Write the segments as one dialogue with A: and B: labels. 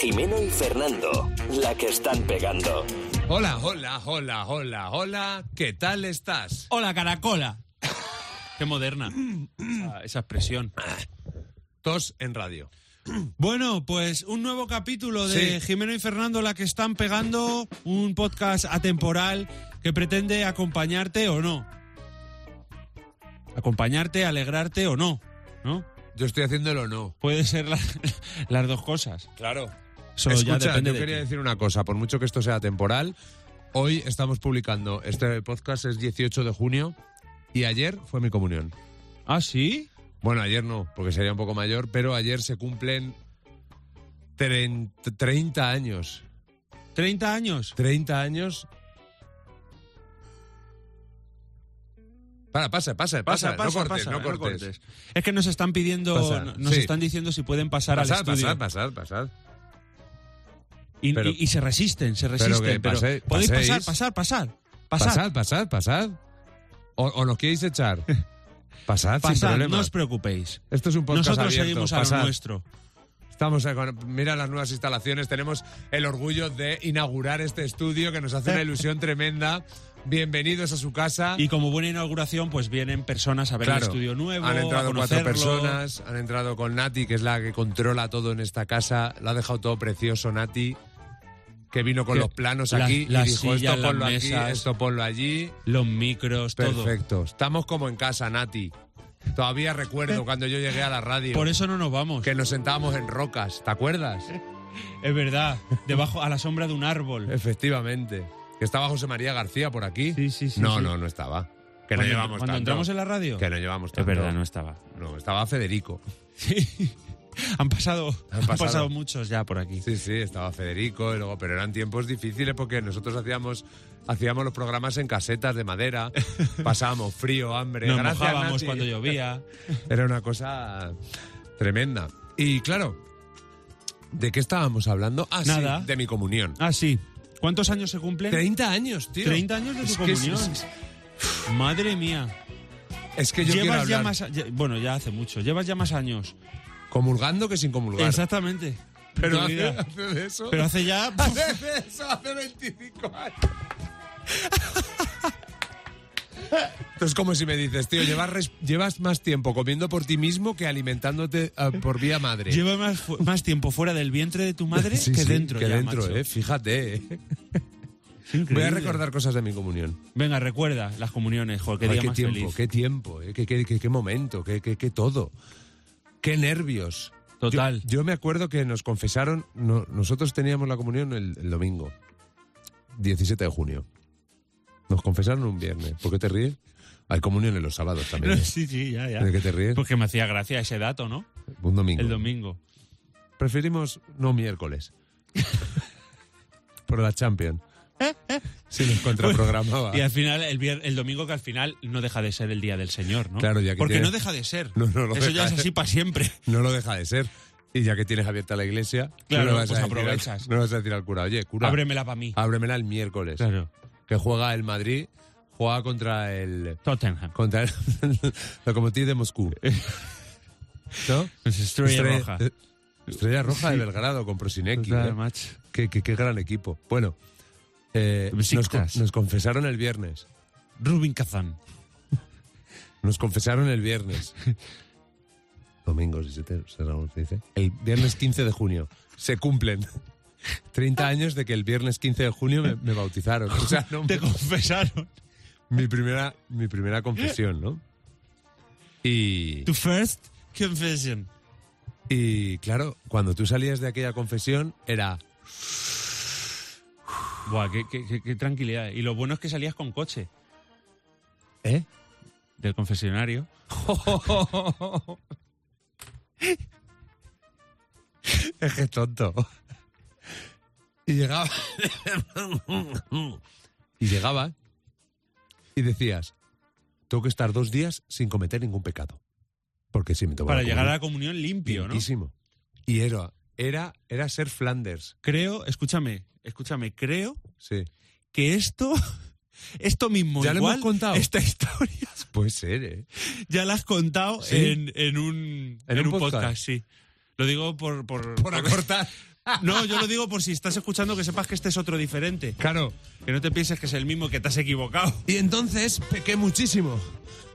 A: Jimeno y Fernando, la que están pegando.
B: Hola, hola, hola, hola, hola. ¿Qué tal estás?
C: Hola, caracola. Qué moderna esa, esa expresión.
B: Tos en radio.
C: Bueno, pues un nuevo capítulo de
B: Sí.
C: Jimeno y Fernando, la que están pegando, un podcast atemporal que pretende acompañarte o no. Acompañarte, alegrarte o no, ¿no?
B: Yo estoy haciéndolo no.
C: Puede ser la- las dos cosas.
B: Claro.
C: Eso ya
B: Escucha,
C: depende
B: yo
C: de
B: quería
C: ti.
B: decir una cosa, por mucho que esto sea temporal, hoy estamos publicando, este podcast es 18 de junio y ayer fue mi comunión.
C: ¿Ah, sí?
B: Bueno, ayer no, porque sería un poco mayor, pero ayer se cumplen tren- 30 años.
C: ¿30 años?
B: 30 años. Para, pasa, pasa, pasa, no cortes, no cortes.
C: Es que nos están pidiendo,
B: Pasa,
C: no- nos
B: sí.
C: están diciendo si pueden pasar al
B: Pasad,
C: estudio.
B: pasad, pasad, pasad.
C: Y,
B: Pero-
C: y- y se resisten, se
B: que
C: resisten. Pero
B: pase-
C: podéis pasar,
B: paséis.
C: pasar, pasar. Pasar,
B: Pasad, pasad, pasad. O, o nos queréis echar. Pasad, sin
C: pasar,
B: problema.
C: no os preocupéis.
B: Esto es un podcast
C: Nosotros
B: abierto.
C: seguimos a
B: Pasad.
C: lo nuestro.
B: Estamos a- con- mira las nuevas instalaciones. Tenemos el orgullo de inaugurar este estudio que nos hace una ilusión tremenda. Bienvenidos a su casa.
C: Y como buena inauguración, pues vienen personas a ver el estudio nuevo,
B: Han
C: a
B: entrado cuatro
C: conocerlo.
B: personas, han entrado con Nati, que es la que controla todo en esta casa. Lo ha dejado todo precioso, Nati, que vino con
C: Que
B: los planos
C: las-
B: aquí
C: las
B: y dijo
C: sillas,
B: esto
C: las
B: ponlo aquí,
C: mesas.
B: esto ponlo allí.
C: Los micros, todo.
B: Perfecto. Estamos como en casa, Nati. Todavía recuerdo cuando yo llegué a la radio
C: Eh. Por eso no nos vamos.
B: que nos sentábamos en rocas, ¿te acuerdas?
C: Es verdad, debajo, a la sombra de un árbol.
B: Efectivamente. Que estaba José María García por aquí.
C: Sí, sí, sí,
B: No,
C: sí.
B: no, no estaba. Que no
C: Cuando-
B: llevamos
C: Cuando
B: tanto.
C: entramos en la radio.
B: Que no llevamos
C: Es
B: tanto.
C: verdad, no estaba.
B: No, estaba Federico.
C: Sí. Han pasado, han
B: Han pasado.
C: pasado muchos ya por aquí.
B: Sí, sí, estaba Federico, y luego, pero eran tiempos difíciles porque nosotros hacíamos, hacíamos los programas en casetas de madera, pasábamos frío, hambre,
C: Nos
B: Gracias,
C: mojábamos
B: Nati.
C: cuando llovía.
B: Era una cosa tremenda. Y claro, ¿de qué estábamos hablando? Ah, sí,
C: Nada.
B: de mi comunión.
C: Ah, sí. ¿Cuántos años se cumplen?
B: 30 años, tío.
C: 30 años de tu
B: Es que-
C: comunión.
B: es-
C: Madre mía.
B: Es que yo quiero
C: Llevas
B: hablar.
C: ya más. a- ya- bueno, ya hace mucho. Llevas ya más años.
B: Comulgando que sin comulgar.
C: Exactamente.
B: Pero
C: Tu
B: hace,
C: vida.
B: hace de eso.
C: Pero hace ya.
B: hace de eso hace 25 años. Esto es como si me dices, tío, llevas, res- llevas más tiempo comiendo por ti mismo que alimentándote ah, por vía madre.
C: Lleva más, fu- más tiempo fuera del vientre de tu madre
B: Sí,
C: que
B: sí,
C: dentro.
B: Que
C: ya,
B: dentro,
C: macho.
B: eh. Fíjate, eh. Voy
C: Increíble.
B: a recordar cosas de mi comunión.
C: Venga, recuerda las comuniones, joder, qué
B: Ay,
C: día
B: qué
C: más
B: tiempo,
C: feliz.
B: qué tiempo, eh, qué, qué- qué- qué momento, qué, qué- qué todo. Qué nervios.
C: Total.
B: Yo, yo me acuerdo que nos confesaron, no- nosotros teníamos la comunión el, el domingo, 17 de junio. Nos confesaron un viernes. ¿Por qué te ríes? Hay comuniones los sábados también. ¿eh?
C: sí, sí, ya, ya.
B: ¿De qué te ríes?
C: Porque me hacía gracia ese dato, ¿no?
B: Un domingo.
C: El domingo.
B: Preferimos no miércoles. Por la Champions. Si nos contraprogramaba.
C: ¿Eh? Y al final, el, vier- el domingo que al final no deja de ser el día del Señor, ¿no?
B: Claro, ya que
C: Porque
B: tiene-
C: no deja de ser.
B: No, no lo
C: Eso
B: deja
C: ya es
B: de-
C: así para siempre.
B: No lo deja de ser. Y ya que tienes abierta la iglesia,
C: Claro,
B: no le vas
C: pues
B: a decir al-
C: aprovechas.
B: no le vas a decir al cura, oye, cura,
C: Ábremela para mí.
B: ábremela el miércoles.
C: Claro.
B: Que juega el Madrid, juega contra el.
C: Tottenham.
B: contra el Lokomotiv de Moscú. ¿No?
C: Pues Estrella, Roja.
B: eh, Estrella Roja de Belgrado con Prosinecki.
C: Total,
B: ¿eh?
C: macho.
B: Qué, qué- qué gran equipo. Bueno, eh, nos, con-
C: Besiktas.
B: nos confesaron el viernes.
C: Rubin Kazan.
B: Nos confesaron el viernes. Domingo 17, ¿sabes cómo se dice? El viernes 15 de junio. Se cumplen 30 años de que el viernes 15 de junio me, me bautizaron. O sea, no,
C: Te confesaron.
B: mi, primera, mi primera confesión, ¿no? Y,
C: Tu first confession.
B: y claro, cuando tú salías de aquella confesión era...
C: Buah, qué, qué- qué- qué tranquilidad. Y lo bueno es que salías con coche
B: ¿Eh?
C: del confesionario.
B: Es que es tonto. Y llegaba... y llegaba y decías, tengo que estar dos días sin cometer ningún pecado. Porque si me tomo
C: Para
B: la
C: llegar a
B: comunión,
C: la comunión limpio, ¿no?
B: limpísimo. Y era, era, era ser Flanders.
C: Creo, escúchame, escúchame, creo
B: Sí.
C: que esto, esto mismo
B: Ya lo
C: igual,
B: hemos contado.
C: esta historia,
B: Puede ser, ¿eh?
C: ya la has contado
B: ¿Sí?
C: en, en un,
B: ¿En un podcast?
C: sí. Lo digo por... Por,
B: Por acortar.
C: No, yo lo digo por si estás escuchando que sepas que este es otro diferente.
B: Claro.
C: Que no te pienses que es el mismo y que te has equivocado.
B: Y entonces pequé muchísimo.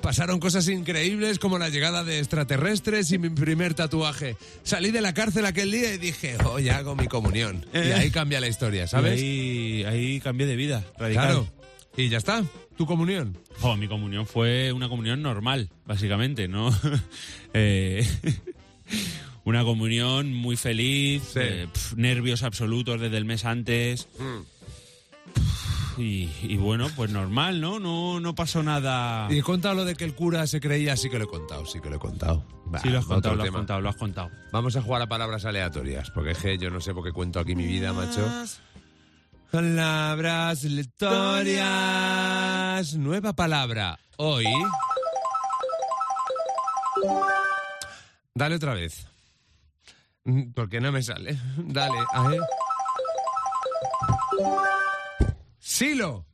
B: Pasaron cosas increíbles como la llegada de extraterrestres y mi primer tatuaje. Salí de la cárcel aquel día y dije, hoy hago mi comunión.
C: Eh.
B: Y ahí cambia la historia, ¿sabes?
C: Ahí, ahí cambié de vida, radical.
B: Claro. Y ya está, tu comunión.
C: Jo, mi comunión fue una comunión normal, básicamente, ¿no? Eh, una comunión muy feliz,
B: Sí.
C: eh, pf, nervios absolutos desde el mes antes. Pf, Y, y bueno, pues normal, ¿no? No, no pasó nada.
B: Y he contado lo de que el cura se creía, sí que lo he contado, sí que lo he contado.
C: sí, lo has
B: Bah,
C: contado,
B: otro
C: lo has
B: tema.
C: contado, lo has contado.
B: Vamos a jugar a palabras aleatorias, porque es que yo no sé por qué cuento aquí mi vida, macho. Palabras aleatorias. Nueva palabra. Hoy. Dale otra vez. Mm, Porque no me sale. Dale, a ver. Silo.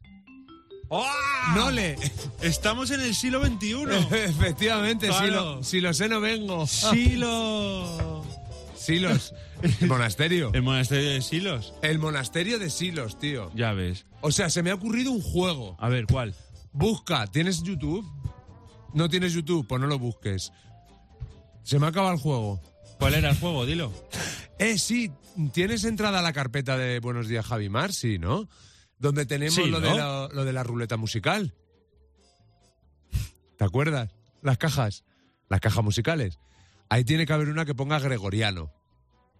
C: ¡Ah!
B: No le.
C: Estamos en el siglo XXI.
B: Efectivamente,
C: Claro.
B: silo. Si lo sé, no vengo.
C: ¡Silo!
B: Silos. El monasterio.
C: El monasterio de Silos.
B: El monasterio de Silos, tío.
C: Ya ves.
B: O sea, se me ha ocurrido un juego.
C: A ver, ¿cuál?
B: Busca, ¿tienes YouTube? ¿No tienes YouTube? Pues no lo busques. Se me acaba el juego.
C: ¿Cuál era el juego? Dilo.
B: Eh, sí, ¿tienes entrada a la carpeta de Buenos Días Javi Mar? Sí, ¿no? Donde tenemos
C: Sí,
B: lo,
C: ¿no?
B: de la, lo de la ruleta musical. ¿Te acuerdas? Las cajas. Las cajas musicales. Ahí tiene que haber una que ponga gregoriano.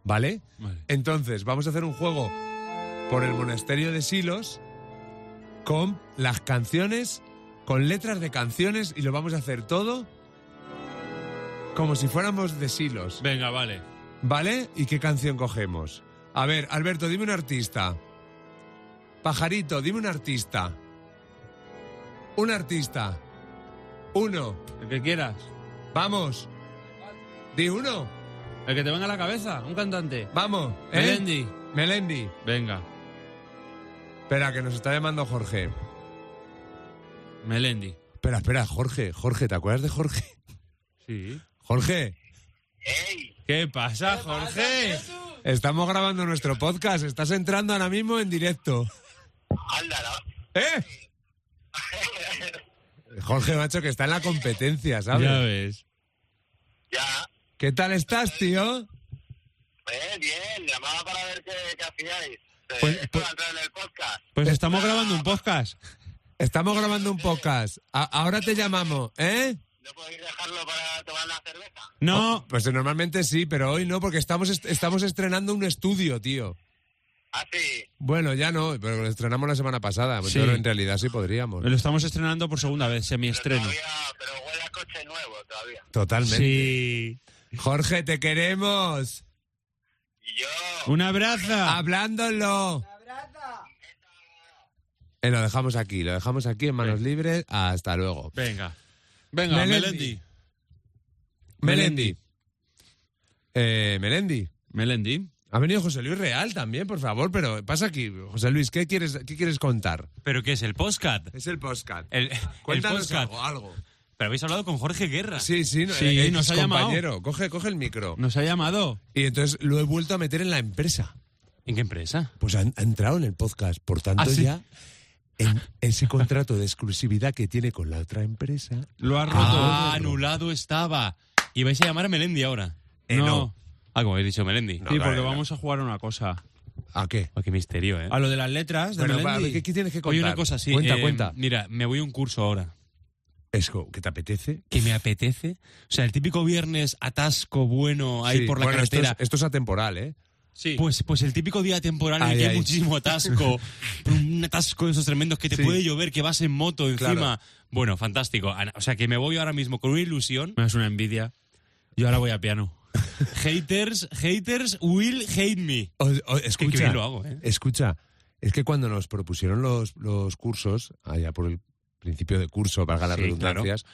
B: ¿Vale?
C: Vale.
B: Entonces, vamos a hacer un juego por el monasterio de Silos con las canciones, con letras de canciones y lo vamos a hacer todo como si fuéramos de Silos,
C: Venga, vale.
B: ¿vale? ¿Y qué canción cogemos? A ver, Alberto, dime un artista. Pajarito, dime un artista. Un artista. Uno.
C: El que quieras.
B: Vamos. Di uno.
C: El que te venga a la cabeza. Un cantante.
B: Vamos. ¿eh?
C: Melendi.
B: Melendi.
C: Venga.
B: Espera, que nos está llamando Jorge.
C: Melendi.
B: Espera, espera, Jorge, Jorge, ¿te acuerdas de Jorge?
C: Sí.
B: Jorge,
C: ¿Qué pasa, Jorge?
B: estamos grabando nuestro podcast, estás entrando ahora mismo en directo. ¿Eh? Jorge, macho, que está en la competencia,
C: Ya
B: ¿sabes?
C: ves.
D: Ya,
B: ¿Qué tal estás, tío?
D: eh, bien, llamaba para ver qué, qué hacíais. Eh,
C: Pues-
D: esto
C: pues-
D: va a entrar en el podcast.
C: Pues estamos grabando un podcast.
B: Estamos grabando un podcast, A- ahora te llamamos, ¿eh?
D: ¿No podéis dejarlo para tomar la cerveza?
C: No.
B: Pues eh, normalmente sí, pero hoy no, porque estamos, est- estamos estrenando un estudio, tío.
D: Ah, sí.
B: Bueno, ya no, pero lo estrenamos la semana pasada,
C: Sí.
B: pero en realidad sí podríamos.
C: Lo estamos estrenando por segunda vez,
D: Pero,
C: semiestreno.
D: todavía, pero huele a coche nuevo todavía.
B: Totalmente.
C: Sí.
B: Jorge, te queremos.
D: Y yo,
C: Un abrazo.
B: Ah. Hablándolo. Eh, lo dejamos aquí, lo dejamos aquí en manos libres. Hasta luego.
C: Venga. Venga,
B: Melendi.
C: Melendi.
B: Melendi. Eh, Melendi.
C: Melendi.
B: Ha venido José Luis Real también, por favor, pero pasa aquí. José Luis, ¿qué quieres, qué quieres contar?
E: ¿Pero qué es el podcast?
B: Es el podcast.
E: El, el
B: Cuéntanos
E: podcast.
B: algo, algo.
E: Pero habéis hablado con Jorge Guerra.
B: Sí, sí, no,
C: Sí,
B: eh, eh,
C: nos ha llamado.
B: compañero, coge, coge el micro.
C: Nos ha llamado.
B: Y entonces lo he vuelto a meter en la empresa.
E: ¿En qué empresa?
B: Pues han- ha, entrado en el podcast. Por tanto,
E: ¿Ah, sí?
B: ya en ese contrato de exclusividad que tiene con la otra empresa.
C: Lo ha roto.
E: Ah, anulado estaba. Y vais a llamar a Melendi ahora.
B: Eh, no.
E: Ah, como habéis dicho Melendi.
B: No.
C: Sí, porque
B: vale,
C: vamos a jugar a una cosa.
B: ¿A qué?
E: Oh, qué misterio, ¿eh?
C: A lo de las letras de
B: Bueno, va,
C: Melendi.
B: ¿qué, qué tienes que contar?
E: Oye, una cosa así.
B: Cuenta,
E: eh,
B: cuenta.
E: Mira, me voy a un curso ahora.
B: Esco, ¿qué te apetece?
E: Que me apetece. O sea, el típico viernes atasco bueno ahí
B: Sí,
E: por la
B: bueno, esto es-
E: carretera.
B: Esto es, atemporal, ¿eh?
C: Sí.
E: Pues, pues el típico día temporal en
B: Ay,
E: el que
B: ay.
E: hay muchísimo atasco, un atasco de esos tremendos que te
B: Sí.
E: puede llover, que vas en moto encima.
B: Claro.
E: Bueno, fantástico. Ana- O sea, que me voy ahora mismo con una ilusión.
C: Me es una envidia. Yo ahora voy a piano.
E: Haters, haters will hate me.
B: O- o- escucha,
E: bien lo hago, ¿eh?
B: escucha, es que cuando nos propusieron los, los cursos, allá por el principio de curso, valga las
E: Sí,
B: redundancias,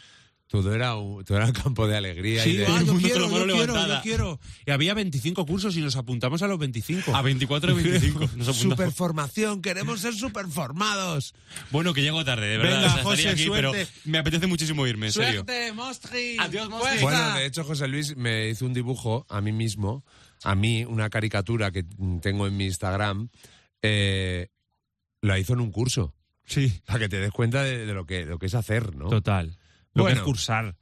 B: todo, era un, todo era un campo de alegría. y
C: Sí,
B: de-
C: ah,
E: el
C: yo
E: mundo
C: quiero,
E: con la mano
C: yo quiero,
E: levantada.
C: yo quiero. Y había 25 cursos y nos apuntamos a los 25.
E: A 24 y 25. Nos apuntamos.
B: Superformación, queremos ser superformados.
E: Bueno, que llego tarde, de verdad.
C: Venga,
E: O sea, estaría
C: José,
E: aquí,
C: suerte.
E: pero me apetece muchísimo irme, en serio.
C: Mostri!
E: Adiós, Mostri.
B: Bueno, de hecho, José Luis me hizo un dibujo a mí mismo a mí una caricatura que tengo en mi Instagram, eh, la hizo en un curso.
E: Sí.
B: Para que te des cuenta de, de lo, que, lo que es hacer, ¿no?
E: Total.
C: Lo
B: Bueno.
C: que es cursar.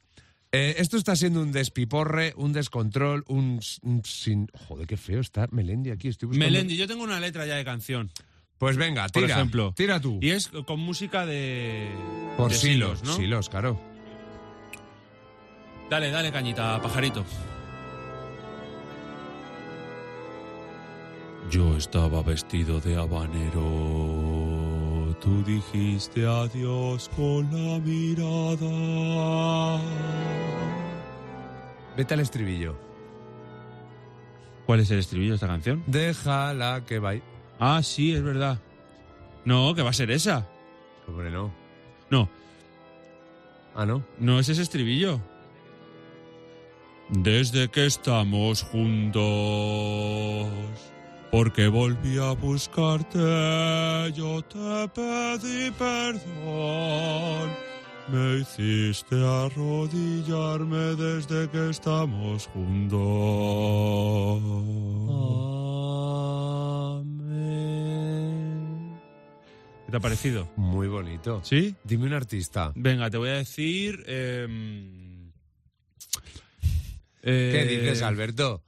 B: Eh, esto está siendo un despiporre, un descontrol, un, s- un sin... Joder, qué feo está Melendi aquí. Estoy buscando...
C: Melendi, yo tengo una letra ya de canción.
B: Pues venga,
C: Por
B: tira.
C: ejemplo.
B: Tira tú.
C: Y es con música de.
B: Por
C: de
B: silos,
C: ¿no?
B: silos, claro.
C: Dale, dale, cañita, pajarito. Yo estaba vestido de habanero. Tú dijiste adiós con la mirada.
B: Vete al estribillo.
C: ¿Cuál es el estribillo de esta canción?
B: Déjala que vaya.
C: Ah, sí, es verdad. No, que va a ser esa.
B: Hombre, no.
C: No,
B: Ah, no.
C: no es ese estribillo. Desde que estamos juntos, porque volví a buscarte, yo te pedí perdón. Me hiciste arrodillarme desde que estamos Oh. juntos. ¿Qué te ha parecido?
B: Muy bonito.
C: ¿Sí?
B: Dime un artista.
C: Venga, te voy a decir. em,
B: ¿Qué
C: eh,
B: dices, Alberto?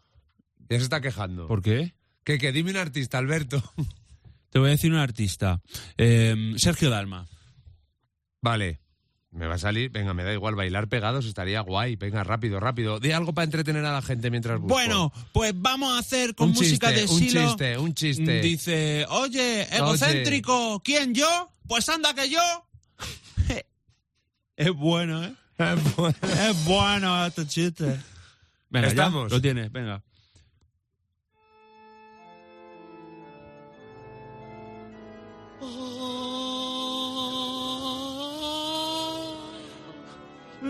B: Ya se está quejando.
C: ¿Por qué?
B: Que, que dime un artista, Alberto.
C: Te voy a decir un artista. Em, Sergio Dalma.
B: vale. Me va a salir, venga, me da igual, bailar pegados estaría guay. Venga, rápido, rápido. Di algo para entretener a la gente mientras busco.
C: Bueno, pues vamos a hacer con
B: un
C: música
B: chiste,
C: de
B: un
C: Silo.
B: chiste, un chiste.
C: Dice, oye, egocéntrico, ¿quién yo? Pues anda que yo. es bueno, ¿eh? Es bueno este chiste. Venga, ya,
B: Estamos.
C: lo tienes, venga.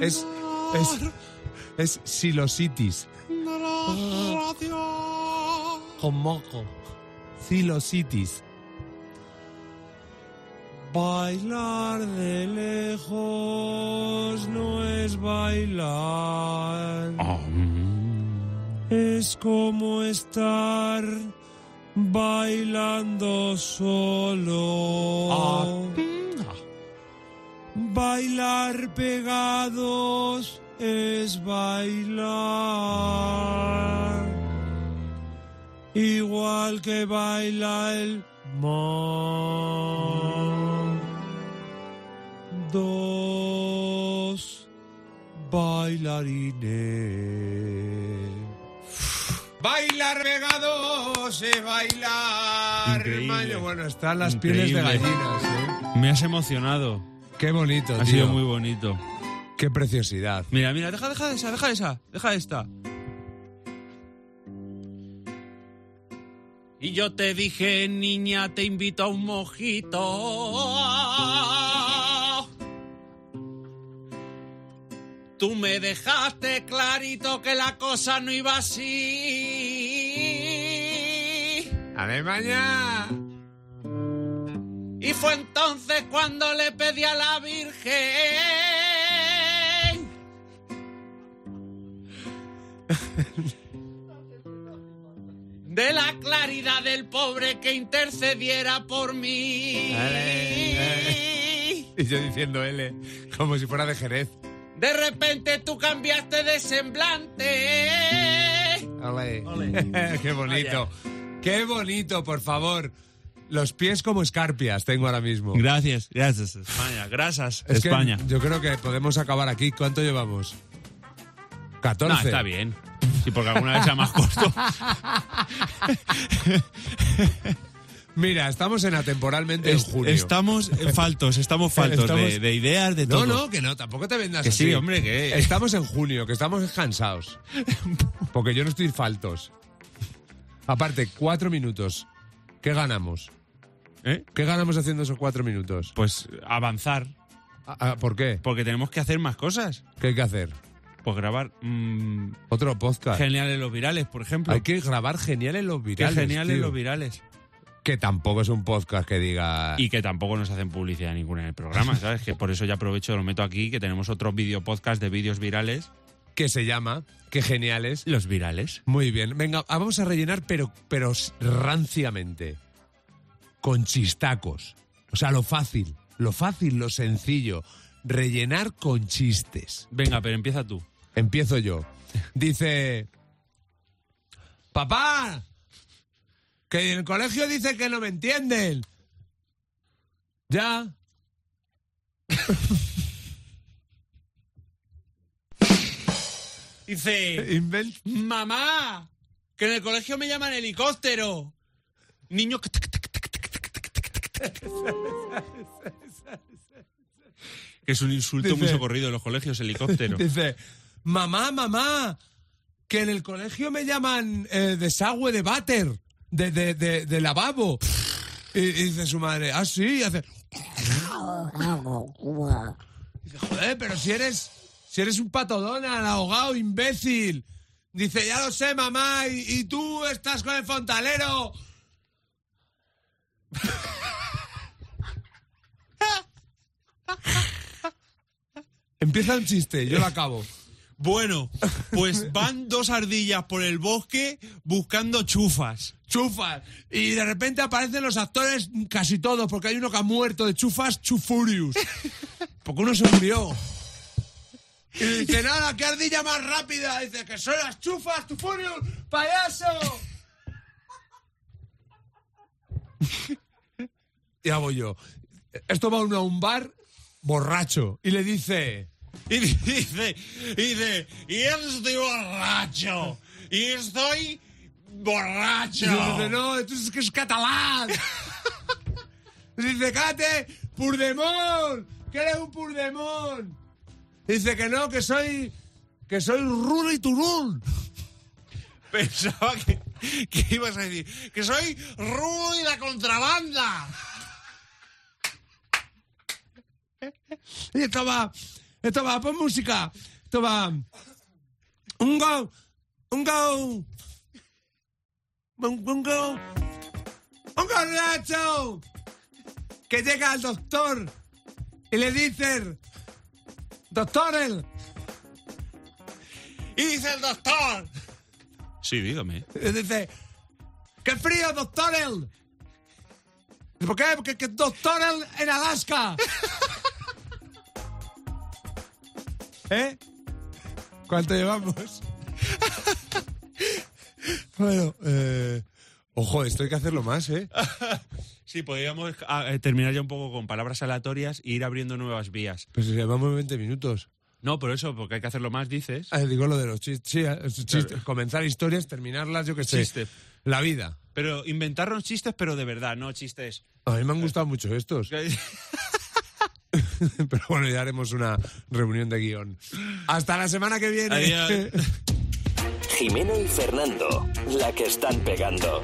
B: es, es, es Silositis. Ah. Con moco. Silositis.
C: Bailar de lejos no es bailar. Es como estar bailando solo. Bailar pegados es bailar. Igual que baila el mar. Dos bailarines.
B: Bailar pegados es bailar.
C: Increíble.
B: hermano. Bueno, están las pieles de
C: Increíble.
B: gallinas, ¿eh?
C: Me has emocionado.
B: Qué bonito,
C: Ha
B: tío.
C: sido muy bonito.
B: Qué preciosidad.
C: Mira, mira, deja, deja esa, deja esa, deja esta. Y yo te dije, niña, te invito a un mojito. Tú me dejaste clarito que la cosa no iba así.
B: Alemania.
C: Y fue entonces cuando le pedí a la Virgen. De la claridad del pobre que intercediera por mí.
B: Y yo diciendo L, como si fuera de Jerez.
C: De repente tú cambiaste de semblante.
B: Ole.
C: Ole.
B: Qué bonito.
C: Vaya.
B: Qué bonito, por favor. Los pies como escarpias tengo ahora mismo.
C: Gracias, gracias España, gracias
B: Es que yo creo que podemos acabar aquí. ¿Cuánto llevamos? 14.
C: No, está bien. Sí, porque alguna vez sea más corto.
B: Mira, estamos en atemporalmente
C: Es-
B: en junio.
E: Estamos eh, faltos, estamos faltos
B: Estamos-
E: De, de ideas, de
B: No,
E: todo.
B: no, que no, tampoco te vendas
E: Que
B: así.
E: sí, hombre, que-
B: Estamos en junio, que estamos cansados. Porque yo no estoy faltos. Aparte, cuatro minutos. ¿Qué ganamos?
C: ¿Eh?
B: ¿Qué ganamos haciendo esos cuatro minutos?
C: Pues avanzar,
B: Ah, ah, ¿Por qué?
C: porque tenemos que hacer más cosas.
B: ¿Qué hay que hacer?
C: Pues grabar mm,
B: Otro podcast.
C: Geniales los Virales, por ejemplo.
B: Hay que grabar geniales los
C: Qué
B: virales.
C: geniales
B: tío.
C: los Virales.
B: Que tampoco es un podcast que diga.
C: Y que tampoco nos hacen publicidad ninguna en el programa, ¿sabes? Que por eso ya aprovecho, lo meto aquí, que tenemos otros video podcast de vídeos virales
B: que se llama, qué geniales.
C: Los virales.
B: Muy bien, venga, ah, vamos a rellenar, pero, pero s- ranciamente. Con chistacos. O sea, lo fácil, lo fácil, lo sencillo. Rellenar con chistes.
C: Venga, pero empieza tú.
B: Empiezo yo. Dice, papá, que en el colegio dice que no me entienden. Ya.
C: Dice,
B: Invent.
C: mamá, que en el colegio me llaman helicóptero. Niño... que tac, tac, tac, tac, tac, tac, tac, tac, tac. Que es un insulto muy
B: Dice-
C: socorrido en los colegios, helicóptero.
B: Dice, mamá, mamá, que en el colegio me llaman eh, desagüe de váter, de, de, de- de lavabo. Y, y dice su madre, ah, sí, y hace... Dice, joder, pero si eres, si eres un pato Donald, ahogado, imbécil. Dice, ya lo sé, mamá, y, y tú estás con el fontalero. Empieza un chiste, yo lo acabo.
C: Bueno, pues van dos ardillas por el bosque buscando chufas.
B: Chufas. Y de repente aparecen los actores casi todos, porque hay uno que ha muerto de chufas, chufurius. Porque uno se murió. Y dice, nada, qué ardilla más rápida. Dice, que son las chufas, chufurius, payaso. Ya voy yo. Esto va uno a un bar borracho y le dice...
C: Y dice, y dice, y estoy borracho. Y estoy
B: Y
C: borracho.
B: dice, no, esto es que es catalán. Y dice, Cate, Purdemón, que eres un Purdemón. Y Dice que no, que soy, que soy Rulo y Turul.
C: Pensaba que, que ibas a decir que soy Rudy la contrabanda.
B: Y esto va, esto va, pon música. Esto va, un go, un go, un, un go, un borracho que llega al doctor y le dice, doctor, el...
C: Y dice el doctor. Sí, dígame.
B: Y dice, ¡qué frío, doctor! El! ¿Por qué? Porque es doctor El en Alaska. ¿Eh? ¿Cuánto llevamos? bueno, eh... Ojo, esto hay que hacerlo más, ¿eh?
C: Sí, podríamos ah, eh, terminar ya un poco con palabras aleatorias e ir abriendo nuevas vías.
B: Pues llevamos 20 minutos.
C: No, por eso, porque hay que hacerlo más, dices.
B: Ah, digo lo de los chistes. Sí, eh, chistes. Comenzar historias, terminarlas, yo qué sé.
C: Chiste.
B: La vida.
C: Pero inventarnos chistes, pero de verdad, no chistes.
B: A mí me han gustado mucho estos. Pero bueno, ya haremos una reunión de guión. Hasta la semana que viene.
C: Adiós.
A: Jimeno y Fernando, la que están pegando.